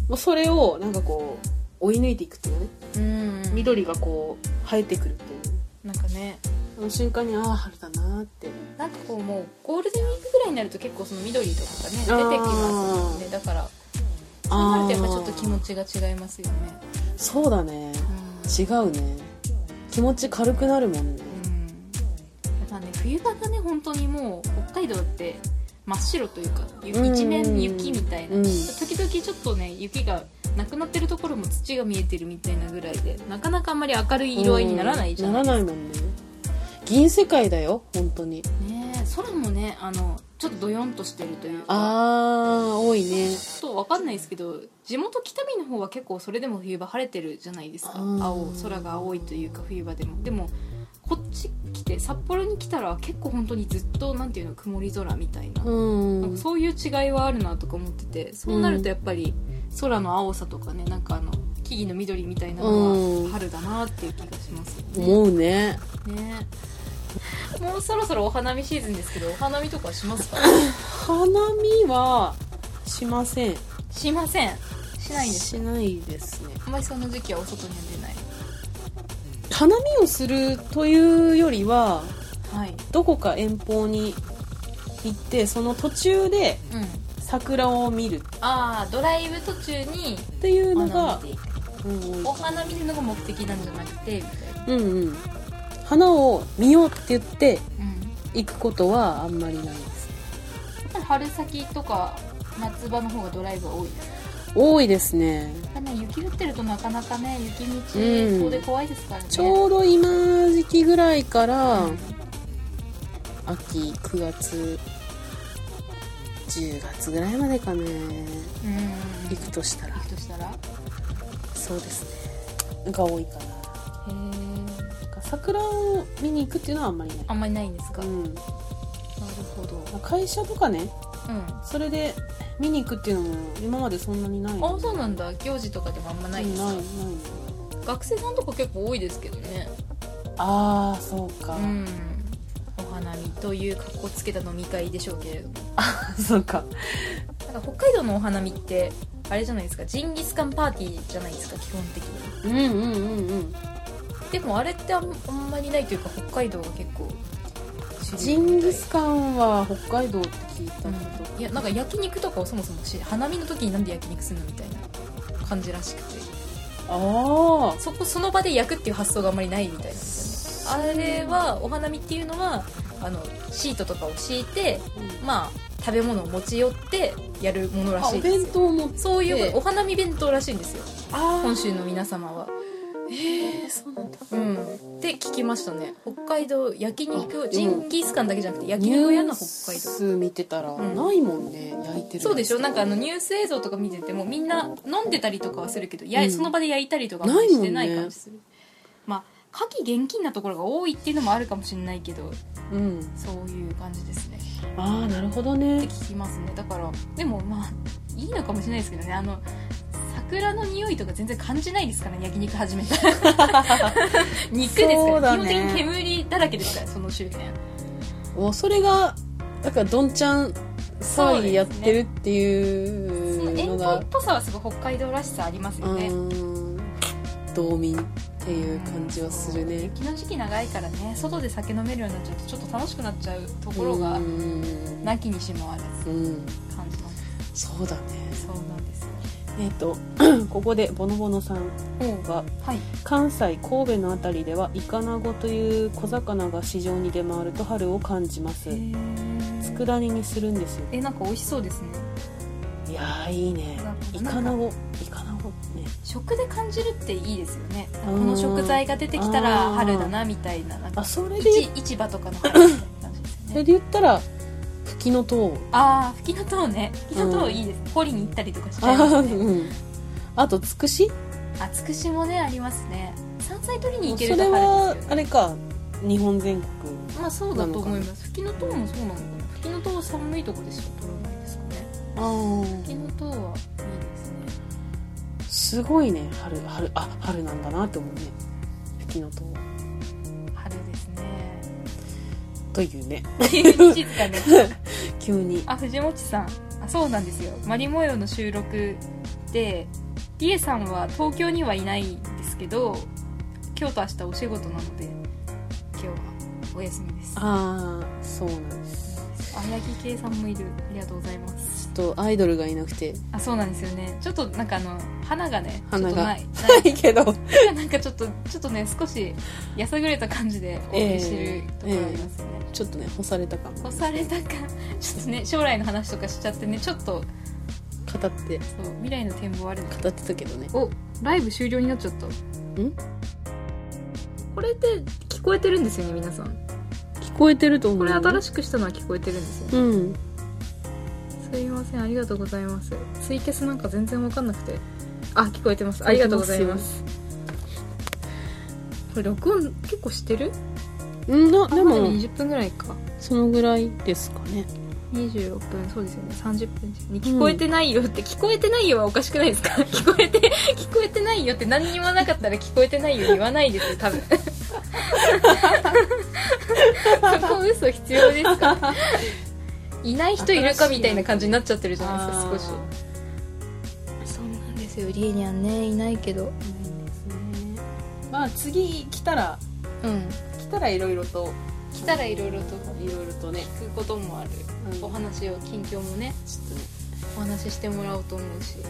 Speaker 2: もうそれをなんかこう追い抜いていくっていうね
Speaker 1: うん、うん、
Speaker 2: 緑がこう生えてくるっていう
Speaker 1: なんかね
Speaker 2: あの瞬間にああ春だなーって
Speaker 1: なんかこうもうゴールデンウィークぐらいになると結構その緑とかがね出てきますもんねだからそうなるとやっぱちょっと気持ちが違いますよね、
Speaker 2: そうだね
Speaker 1: うん、
Speaker 2: 違うね気持ち軽くなるもんね
Speaker 1: うんやっぱね冬場がね本当にもう北海道って真っ白というかゆ
Speaker 2: うん
Speaker 1: 一面雪みたいな、
Speaker 2: うん
Speaker 1: 時々ちょっとね雪がなくなってるところも土が見えてるみたいなぐらいでなかなかあんまり明るい色合いにならないじゃ
Speaker 2: う
Speaker 1: ん、
Speaker 2: んならないもんね銀世界だよ本当に
Speaker 1: ねえ空もねあのちょっとドヨンとしてるというか
Speaker 2: あー多いね
Speaker 1: ちょっとわかんないですけど地元北見の方は結構それでも冬場晴れてるじゃないですか
Speaker 2: うん
Speaker 1: 青空が青いというか冬場でもでもこっち来て札幌に来たら結構本当にずっとなんていうの曇り空みたいな,、
Speaker 2: うん
Speaker 1: なんかそういう違いはあるなとか思っててそうなるとやっぱり空の青さとかねなんかあの木々の緑みたいなの
Speaker 2: うん
Speaker 1: は春だなっていう気がします
Speaker 2: 思うね
Speaker 1: ねもうそろそろお花見シーズンですけどお花見とかし ますか
Speaker 2: 花見はしません
Speaker 1: しませんしないんです
Speaker 2: しないですね
Speaker 1: あんまりその時期はお外には出ない
Speaker 2: 花見をするというよりは
Speaker 1: はい
Speaker 2: どこか遠方に行ってその途中で
Speaker 1: うん
Speaker 2: 桜を見る
Speaker 1: ああドライブ途中に
Speaker 2: っていう
Speaker 1: お
Speaker 2: の
Speaker 1: 花
Speaker 2: が
Speaker 1: 見で
Speaker 2: うん
Speaker 1: お花見るのが目的なんじゃなくてみたいな
Speaker 2: うんうん花を見ようって言って
Speaker 1: うん
Speaker 2: 行くことはあんまりないです
Speaker 1: やっぱり春先とか夏場の方がドライブは多いです
Speaker 2: 多いですね
Speaker 1: やっぱね雪降ってるとなかなかね雪
Speaker 2: うん
Speaker 1: 道こうで怖いですからね、
Speaker 2: ちょうど今時期ぐらいから
Speaker 1: うん
Speaker 2: 秋9月10月ぐらいまでかね行くとしたら
Speaker 1: 行くとしたらへ
Speaker 2: そうですねが多いかな
Speaker 1: え
Speaker 2: なんか桜を見に行くっていうのはあんまりない
Speaker 1: あんまりないんですか、
Speaker 2: う
Speaker 1: なる
Speaker 2: ん
Speaker 1: ほど
Speaker 2: 会社とかね
Speaker 1: うん
Speaker 2: それで見に行くっていうのも今までそんなにない
Speaker 1: あそうなんだ行事とかでもあんまないんですか
Speaker 2: ないない
Speaker 1: 学生さんとか結構多いですけどね
Speaker 2: ああそうか、
Speaker 1: うんお花見という格好つけた飲み会でしょうけれども
Speaker 2: そうか
Speaker 1: なんか北海道のお花見ってあれじゃないですかジンギスカンパーティーじゃないですか基本的に
Speaker 2: うんうんうんうん
Speaker 1: でもあれってあんあんまりないというか北海道が結構
Speaker 2: ジンギスカンは北海道って聞いたこと、
Speaker 1: うんいやなんか焼肉とかをそもそもし花見の時になんで焼肉するのみたいな感じらしくて
Speaker 2: ああ
Speaker 1: そこその場で焼くっていう発想があんまりないみたいなんですよねあれはお花見っていうのはあのシートとかを敷いてまあ食べ物を持ち寄ってやるものら
Speaker 2: あ
Speaker 1: し
Speaker 2: お
Speaker 1: いです
Speaker 2: 弁
Speaker 1: よ
Speaker 2: 当も
Speaker 1: そうい
Speaker 2: で
Speaker 1: うお花見弁当らしいんですよ
Speaker 2: あ
Speaker 1: 本州の皆様は
Speaker 2: ええそうなんだ
Speaker 1: うんって聞きましたね北海道焼
Speaker 2: あ
Speaker 1: 肉ジンギスカンだけじゃなくて焼肉屋の北海
Speaker 2: ニュー
Speaker 1: 道
Speaker 2: ス見てたら
Speaker 1: うん
Speaker 2: ないもんね、焼いてる
Speaker 1: そうでしょなんかあのニュース映像とか見ててもみんな飲んでたりとかはするけど、や
Speaker 2: うん
Speaker 1: その場で焼いたりとかは
Speaker 2: ない
Speaker 1: し
Speaker 2: もんね
Speaker 1: てない感じする、まあ火器厳禁なところが多いっていうのもあるかもしれないけど
Speaker 2: うん
Speaker 1: そういう感じですね
Speaker 2: ああなるほど
Speaker 1: って
Speaker 2: ね
Speaker 1: 聞きますねだからでもまあいいのかもしれないですけどねあの桜の匂いとか全然感じないですからね焼肉始めたら 肉です
Speaker 2: そ
Speaker 1: か
Speaker 2: う
Speaker 1: ら、
Speaker 2: だ
Speaker 1: 基本的
Speaker 2: ね
Speaker 1: に煙だらけですからその周辺
Speaker 2: もうそれがだからどんちゃん騒ぎやってるって
Speaker 1: そ
Speaker 2: い
Speaker 1: の
Speaker 2: うの
Speaker 1: 遠
Speaker 2: が
Speaker 1: 方っぽさはすごい北海道らしさありますよね、
Speaker 2: うん道民っていう感じはする
Speaker 1: そう
Speaker 2: ね
Speaker 1: 雪の時期長いからね外で酒飲めるようになっちゃうとちょっと楽しくなっちゃうところが
Speaker 2: うん
Speaker 1: なきにしもあら
Speaker 2: う
Speaker 1: ず
Speaker 2: ん
Speaker 1: 感じます
Speaker 2: そうだね
Speaker 1: そうなんですよ
Speaker 2: えっ、と ここでボノボノさんが
Speaker 1: はい
Speaker 2: 関西神戸の辺りではイカナゴという小魚が市場に出回ると春を感じます佃煮にするんですよ
Speaker 1: えなんか美味しそうですね
Speaker 2: いやーいいね
Speaker 1: な
Speaker 2: イ
Speaker 1: んか
Speaker 2: カナゴイカナゴね
Speaker 1: 食で感じるっていいですよねこ
Speaker 2: うん
Speaker 1: の食材が出てきたら春だなみたいななん
Speaker 2: あ
Speaker 1: か
Speaker 2: それで
Speaker 1: 市市場とかの春みたいな感じです
Speaker 2: そ
Speaker 1: よ
Speaker 2: れ
Speaker 1: ね
Speaker 2: で言ったらフキノトウ
Speaker 1: ああ吹きの塔ね吹きの塔いいです、掘りに行ったりとかしちゃい
Speaker 2: あ
Speaker 1: ます
Speaker 2: ー
Speaker 1: ね
Speaker 2: うんあとつくし
Speaker 1: あつくしもねありますね山菜取りに行
Speaker 2: そ
Speaker 1: けると
Speaker 2: れ
Speaker 1: 春ですよ
Speaker 2: は
Speaker 1: ね
Speaker 2: あれか日本全国
Speaker 1: まあそうだと思います吹きの塔もそうなのかな吹きの塔は寒いとこでしか取らないですかね
Speaker 2: あ
Speaker 1: 吹きの塔はいいですね
Speaker 2: あすごいね春春あ春なんだなって思うねフキノトウ
Speaker 1: 春ですね
Speaker 2: というね
Speaker 1: 静かね
Speaker 2: 急に
Speaker 1: あ藤本さんあそうなんですよマリモヨの収録でリエさんは東京にはいないんですけど今日と明日お仕事なので今日はお休みです
Speaker 2: ああそうなんです
Speaker 1: 荒木圭さんもいるありがとうございます
Speaker 2: ちょっとアイドルがいなくて
Speaker 1: あそうなんですよねちょっとなんかあの花がね
Speaker 2: 花
Speaker 1: ちょ
Speaker 2: が
Speaker 1: っとない
Speaker 2: いけど
Speaker 1: ないなんかちょっとちょっとね少しやさぐれた感じで応援してるところありますよね、
Speaker 2: ちょっとね干された感
Speaker 1: 干されたかちょっとね将来の話とかしちゃってねちょっと
Speaker 2: 語って
Speaker 1: そう未来の展望あるんだ
Speaker 2: 語ってたけどね
Speaker 1: おライブ終了になっちゃった
Speaker 2: ん
Speaker 1: これって聞こえてるんですよね皆さん
Speaker 2: 聞こえてると思
Speaker 1: こ
Speaker 2: う
Speaker 1: れ
Speaker 2: よ
Speaker 1: 新しくしたのは聞こえてるんですよね、
Speaker 2: うん
Speaker 1: すいませんありがとうございますツイキャスなんか全然わかんなくてあ聞こえてますありがとうございますこれ録音結構してる
Speaker 2: うんなで
Speaker 1: あま
Speaker 2: も
Speaker 1: 20分ぐらいか
Speaker 2: そのぐらいですかね
Speaker 1: 26分そうですよね30分に聞こえてないよって、聞こえてないよはおかしくないですか 聞こえて聞こえてないよって何にもなかったら 聞こえてないよ言わないですよ 多分そこ嘘必要ですか いない人いるかみたいな感じになっちゃってるじゃないですか少しそうなんですよリエニャンねいないけど
Speaker 2: まあ次来たら
Speaker 1: うん
Speaker 2: 来たらいろいろと
Speaker 1: 来たらいろいろと
Speaker 2: いろいろとね
Speaker 1: 聞くこともある、
Speaker 2: うん
Speaker 1: お話を近況もね
Speaker 2: ちょっとね
Speaker 1: お話ししてもらおうと思うし
Speaker 2: いろ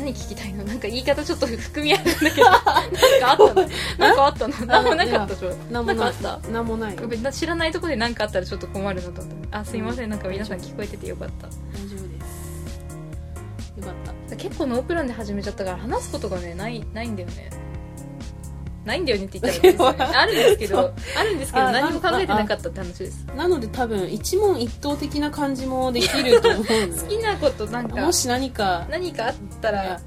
Speaker 2: い
Speaker 1: 何聞きたいのなんか言い方ちょっと含みあるんだけどなんかあ ったのなんかあったの何もなかったでしょ
Speaker 2: ろとなんも
Speaker 1: な
Speaker 2: なん
Speaker 1: かあっ
Speaker 2: いなんもない
Speaker 1: ご
Speaker 2: 大丈
Speaker 1: めんな知らないとこで何かあったらちょっと困るなと思ったあすいませんなんか皆さん聞こえててよかった
Speaker 2: 夫ですよかった
Speaker 1: 結構ノープランで始めちゃったから話すことがねないないんだよねないんだよねって言ったらいい ですよねあるんですけ
Speaker 2: そ
Speaker 1: ど
Speaker 2: う
Speaker 1: あるんですけど
Speaker 2: あ
Speaker 1: 何も考えてなかったって話です
Speaker 2: なので多分一問一答的な感じもできると思う
Speaker 1: 好
Speaker 2: の
Speaker 1: き
Speaker 2: よ
Speaker 1: なことなんか
Speaker 2: もし何か
Speaker 1: 何かあったら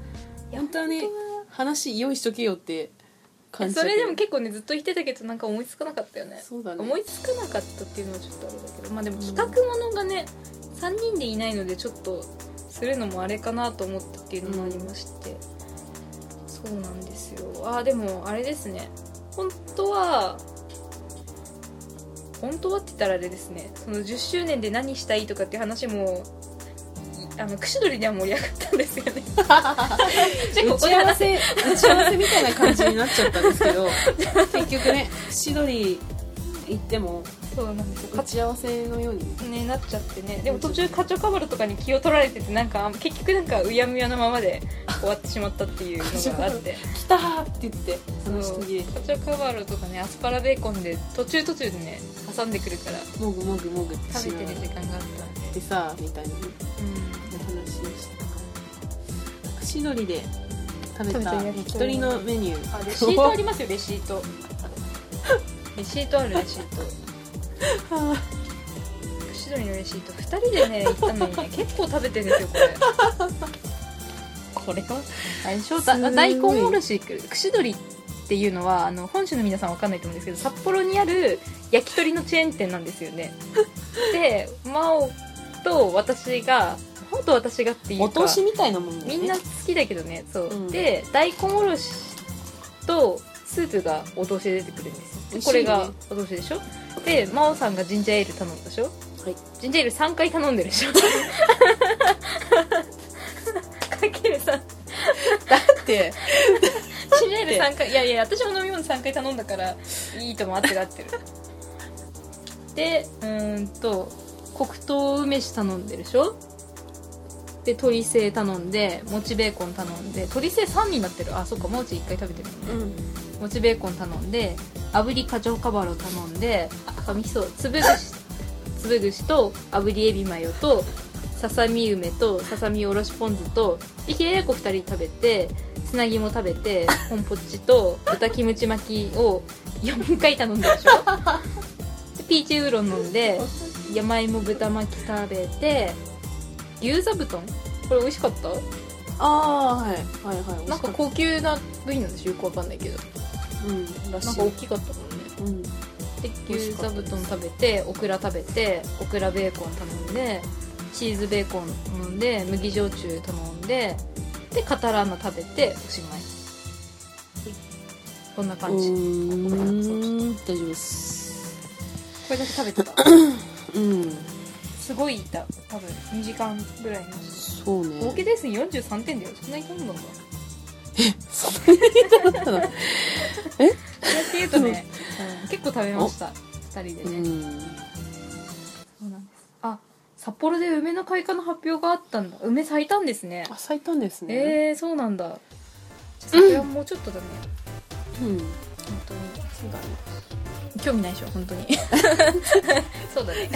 Speaker 2: 本当はね話用意しとけよって感じだ
Speaker 1: そ
Speaker 2: けど
Speaker 1: れでも結構ねずっと言ってたけどなんか思いつかなかったよね
Speaker 2: そうだね
Speaker 1: 思いつかなかったっていうのはちょっとあれだけどまあでも企画ものがね3人でいないのでちょっとするのもあれかなと思ったっていうのもありまして、そうなんですよあーでもあれですね本当は本当はって言ったらあれですねその10周年で何したいとかっていう話もいあの串取りでは盛り上がったんですよねじゃあ
Speaker 2: 打
Speaker 1: ここ
Speaker 2: ち
Speaker 1: で
Speaker 2: 合わ
Speaker 1: 話
Speaker 2: せ打ち合わせみたいな感じになっちゃったんです けど結局ね千鳥行っても
Speaker 1: そうなんですよ
Speaker 2: 打ち合わせのように
Speaker 1: ねなっちゃってねでも途中課長カバルとかに気を取られててなんかあん結局なんかうやむやのままで終わってしまったっていうのがあって
Speaker 2: 「来た!」って言って話
Speaker 1: そう
Speaker 2: 途切れて
Speaker 1: 課長カバルとかねアスパラベーコンで途中途中でね挟んでくるから
Speaker 2: もぐもぐもぐってし
Speaker 1: 食べ
Speaker 2: ま
Speaker 1: てる時
Speaker 2: っ
Speaker 1: 間があったんで
Speaker 2: てさみたいなね話をしてたから串取りで食べ
Speaker 1: 食
Speaker 2: た
Speaker 1: べた
Speaker 2: 焼き鳥のメニュ
Speaker 1: あ
Speaker 2: ー
Speaker 1: レシートありますよレシー トレシートあるレシート
Speaker 2: は
Speaker 1: 串取りのレシート2人でね行ったの にね結構食べてるんですよこれこれは相性
Speaker 2: すごい
Speaker 1: 大根おろし串取りっていうのはあの本州の皆さんわかんないと思うんですけど札幌にある焼き鳥のチェーン店なんですよ ねで真央と私が真央と私がってい
Speaker 2: あ
Speaker 1: うか
Speaker 2: お通しみたいなもんだ
Speaker 1: み
Speaker 2: よね
Speaker 1: んな好きだけどねそう、
Speaker 2: うん
Speaker 1: で大根おろしとスープがお通しで出てくるんです
Speaker 2: 美
Speaker 1: よ
Speaker 2: 味し
Speaker 1: こ
Speaker 2: いね
Speaker 1: れがお通しでしょで真央さんがジンジャーエール頼んだでしょ、
Speaker 2: い
Speaker 1: ジンジャーエール3回頼んでるでしょ かけるさ
Speaker 2: だって
Speaker 1: ジンジャーエール3回いやいや私も飲み物3回頼んだからいいとも合ってる合ってるでうーんと黒糖梅酒頼んでるでしょで鶏製頼んでもちベーコン頼んで鶏製3になってるあそっかもうち1回食べてるもんね
Speaker 2: うん
Speaker 1: もちベーコン頼んで炙りカチョウカバルを頼んで赤みそつぶぐ しつぶぐしと炙りエビマヨとささみ梅とささみおろしポン酢とでひれやこ2人食べてつなぎも食べてコンポッチと豚キムチ巻きを4回頼んだで しょでピーチウーロン飲んで山芋豚巻き食べて牛座布団これ美味しかった
Speaker 2: ああーはいはいはい
Speaker 1: なんか高級な部位なんでしょよくわかんないけど
Speaker 2: うんらしい
Speaker 1: なんか大きかったもんね
Speaker 2: うん
Speaker 1: で牛座布団食べてオクラ食べてオクラベーコン頼んでチーズベーコン頼んで麦焼酎頼んででカタラーナ食べておしまいこんな感じこ
Speaker 2: うん大丈夫です
Speaker 1: れだけ食べてた
Speaker 2: うん
Speaker 1: すごいいた多分2時間ぐらいの
Speaker 2: そうね
Speaker 1: 合計ですね43点だよそんなに飛んだんだ
Speaker 2: そんなにだった
Speaker 1: そ
Speaker 2: の
Speaker 1: うやって言うとね、うん結構食べました人でね、
Speaker 2: うん
Speaker 1: そうなんですあ札幌で梅の開花の発表があったんだ梅咲いたんですね
Speaker 2: あ咲いたんですね、
Speaker 1: えー、そうなんだじゃあ桜もうちょっとだね、
Speaker 2: うん
Speaker 1: 本当に
Speaker 2: そうだね
Speaker 1: 興味ないでしょ本当に そうだね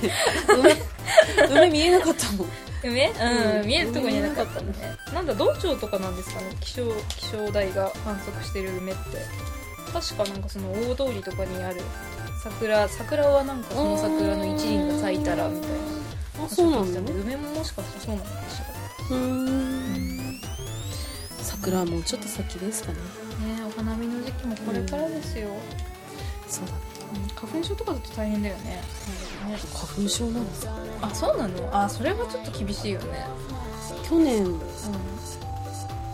Speaker 2: 梅梅見えなかったもん
Speaker 1: 梅うん、
Speaker 2: うん
Speaker 1: 見えるとこになかったねなんだ道庁とかなんですかね気象気象台が観測してる梅って確かなんかその大通りとかにある桜桜はなんかその桜の一輪が咲いたらみたいな
Speaker 2: あそうなんだね
Speaker 1: 梅ももしかしたらそうなのかしら
Speaker 2: うーん桜はもうちょっと先ですかね
Speaker 1: ねお花見の時期もこれからですよ、
Speaker 2: そうだね
Speaker 1: うん花粉症とかだと大変だよねね
Speaker 2: 花粉症なんですか
Speaker 1: あそうなのあそれはちょっと厳しいよね
Speaker 2: 去年
Speaker 1: う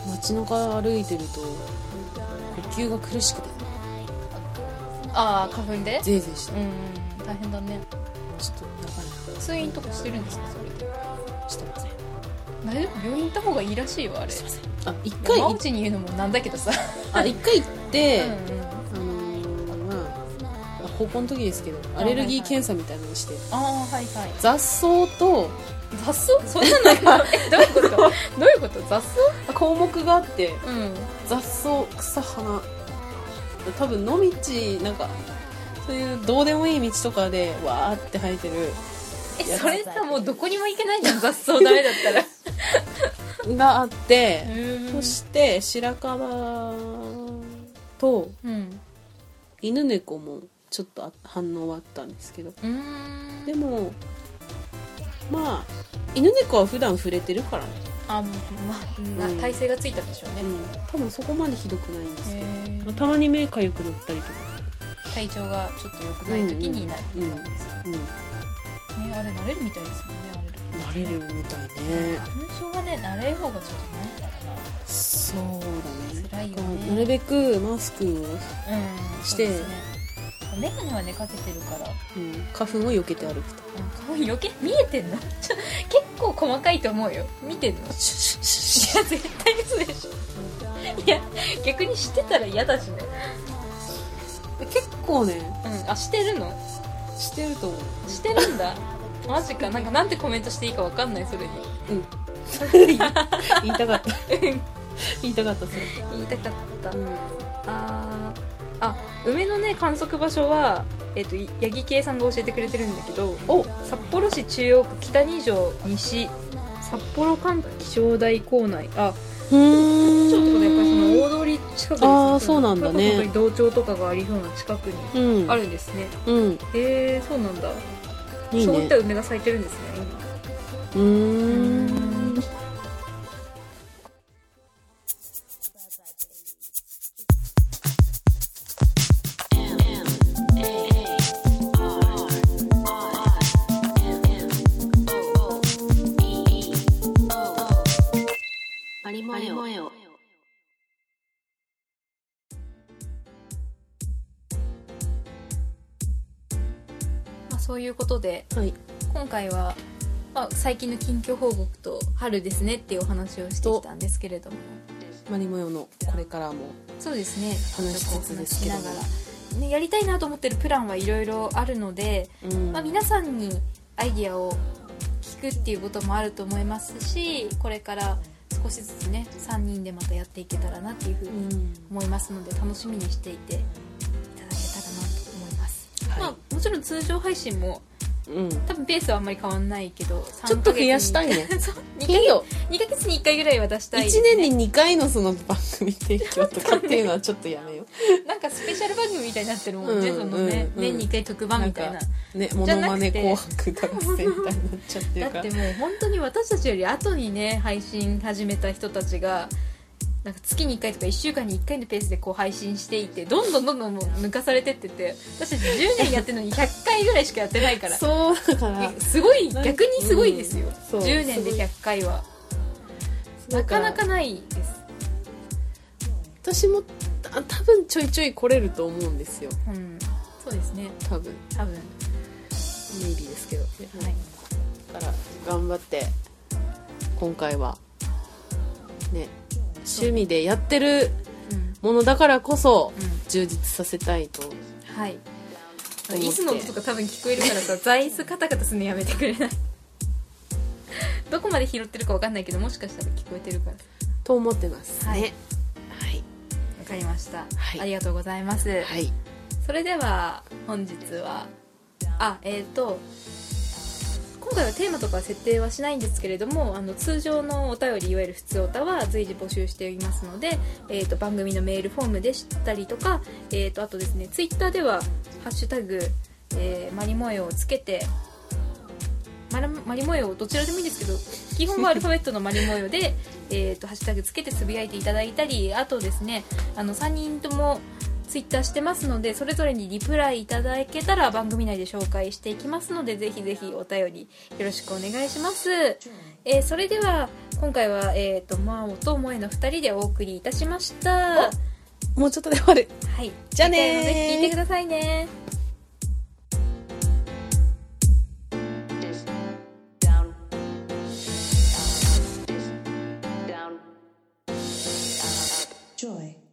Speaker 2: 街中歩いてると呼吸が苦しくて
Speaker 1: んああ花粉で
Speaker 2: ゼーゼーして
Speaker 1: うん大変だね
Speaker 2: ちょっとや
Speaker 1: 通院とかしてるんですかそれで
Speaker 2: ばいなしてません
Speaker 1: 大丈夫病院行った方がいいらしいわあれ
Speaker 2: すいませんあ一回
Speaker 1: 山内に言うのもなんだけど さ、
Speaker 2: あ一回行って、
Speaker 1: うんうん
Speaker 2: あのーまあ高校の時ですけどアレルギー検査みたいなのして
Speaker 1: ああはいはい
Speaker 2: 雑草と
Speaker 1: 雑草 そんなのあるのえどういうこと どういうこと雑草
Speaker 2: 項目があって
Speaker 1: うん
Speaker 2: 雑草草花多分野道なんかそういうどうでもいい道とかでわーって生えてる
Speaker 1: えそれさもうどこにも行けないじゃん雑草ダメだったら
Speaker 2: があって、
Speaker 1: う
Speaker 2: そして白樺と
Speaker 1: うん
Speaker 2: 犬猫もちょっとあ反応はあったんですけど
Speaker 1: うーん
Speaker 2: でもまあ犬猫は普段触れてるからね、
Speaker 1: あまあ
Speaker 2: うん
Speaker 1: な体勢がついたんでしょう
Speaker 2: う
Speaker 1: ね、
Speaker 2: ん、多分そこまでひどくないんですけど、
Speaker 1: へ
Speaker 2: ま
Speaker 1: ー
Speaker 2: あたまに目かゆくなったりとか、
Speaker 1: 体調がちょっと良くない時になるみたいです、
Speaker 2: うん、
Speaker 1: ねあれ慣れるみたいですもんねあれ
Speaker 2: なれるみたいね
Speaker 1: 花粉症がね慣れる方がちょっとないからな
Speaker 2: そうだね
Speaker 1: 辛いよ
Speaker 2: なる
Speaker 1: ね
Speaker 2: べくマスクを、
Speaker 1: うん
Speaker 2: して
Speaker 1: そうですね眼鏡はねかけてるから
Speaker 2: うん花粉を避けて歩くと
Speaker 1: 顔余計見えてんの ちょ結構細かいと思うよ見てんのいや絶対嘘でしょいや逆にしてたら嫌だしね
Speaker 2: 結構ね
Speaker 1: うんあしてるの
Speaker 2: してると思う
Speaker 1: してるんだマジかなんかなんてコメントしていいかわかんないそれに
Speaker 2: 言いたかった
Speaker 1: うん
Speaker 2: 言いたかったそれ、
Speaker 1: 言いたかった
Speaker 2: うん
Speaker 1: あーあ梅のね観測場所は、えっとい八木圭さんが教えてくれてるんだけど
Speaker 2: お
Speaker 1: 札幌市中央区北二条西札幌管区気象台構内あちょっと
Speaker 2: ちょ
Speaker 1: これやっぱりその大通り近くですね
Speaker 2: あーそうなんだね
Speaker 1: それこそ本当に道庁とかがありそうな近くに
Speaker 2: うん
Speaker 1: あるんですね
Speaker 2: うん
Speaker 1: へえー、そうなんだ
Speaker 2: いい
Speaker 1: そうい
Speaker 2: ね
Speaker 1: った梅が咲いてるんですね
Speaker 2: うーん
Speaker 3: マリモよ。
Speaker 1: 今、まあ、そういうことで
Speaker 2: はい
Speaker 1: 今回は、まあ、最近の近況報告と春ですねっていうお話をしてきたんですけれども
Speaker 2: マリモヨのこれからも
Speaker 1: そうですね
Speaker 2: 話しつつですけど
Speaker 1: ちょっとお話ししながら、ね、やりたいなと思ってるプランはいろいろあるので、
Speaker 2: うん
Speaker 1: まあ、皆さんにアイディアを聞くっていうこともあると思いますしこれから少しずつね3人でまたやっていけたらなっていうふうに
Speaker 2: うん
Speaker 1: 思いますので楽しみにしていていただけたらなと思います、
Speaker 2: は
Speaker 1: まあ、もちろん通常配信も
Speaker 2: いうんち
Speaker 1: 多分ペースはあんまり変わんないけどち
Speaker 2: ょっと増やしたいね
Speaker 1: そう2
Speaker 2: けど
Speaker 1: 2ヶ月に1回ぐらいは出したいです
Speaker 2: 1
Speaker 1: ね
Speaker 2: 年に2回のその番組提供とかっていうのはちょっとやめよ
Speaker 1: なんかスペシャル番組みたいになってるもんね、
Speaker 2: うん
Speaker 1: そのね、
Speaker 2: うん
Speaker 1: 年に1回特番みたいな
Speaker 2: なんうねモノマネ
Speaker 1: じゃ
Speaker 2: 紅
Speaker 1: な
Speaker 2: 白歌合戦みたいになっちゃってる
Speaker 1: だ
Speaker 2: か
Speaker 1: って
Speaker 2: ら
Speaker 1: もう本当に私たちより後にね配信始めた人たちがなんか月に1回とか1週間に1回のペースでこう配信していてどんどんどんどんもう抜かされてってて私たち10年やってるのに100回ぐらいしかやってないから
Speaker 2: そうだから
Speaker 1: えすごい
Speaker 2: なん
Speaker 1: 逆にすごいですよ、
Speaker 2: うんそう
Speaker 1: 10年で100回はなかなかないです
Speaker 2: 私もた多分ちょいちょい来れると思うんですよ
Speaker 1: うんそうですね
Speaker 2: 多分
Speaker 1: 多分
Speaker 2: メイビーですけど、
Speaker 1: はい
Speaker 2: だから頑張って今回はね趣味でやってる
Speaker 1: うん
Speaker 2: ものだからこそ
Speaker 1: う
Speaker 2: 充実させたいと
Speaker 1: んはい
Speaker 2: 思って
Speaker 1: いつの音とか多分聞こえるから さ座椅子カタカタするのやめてくれないどこまで拾ってるかわかんないけどもしかしたら聞こえてるから
Speaker 2: と思ってます
Speaker 1: はい
Speaker 2: ねはい
Speaker 1: わかりました、
Speaker 2: はい
Speaker 1: ありがとうございます、
Speaker 2: はい
Speaker 1: それでは本日はあえっ、と今回はテーマとかは設定はしないんですけれどもあの通常のお便りいわゆる普通おたは随時募集していますので、えー、と番組のメールフォームでしたりとか、えー、とあとですねツイッターでは「ハッシュタグ、えーマリモエ」をつけてマラマリモエをどちらでもいいんですけど基本はアルファベットのマリモエでえーとハッシュタグつけてつぶやいていただいたりあとですねあの3人ともツイッターしてますのでそれぞれにリプライいただけたら番組内で紹介していきますのでぜひぜひお便りよろしくお願いします、えーそれでは今回は、えー、とマオとモエの2人でお送りいたしました
Speaker 2: もうちょっとで終わる
Speaker 1: はい、
Speaker 2: じゃあねー
Speaker 1: 次回もぜひ聞いてくださいね
Speaker 3: down down down
Speaker 4: joy.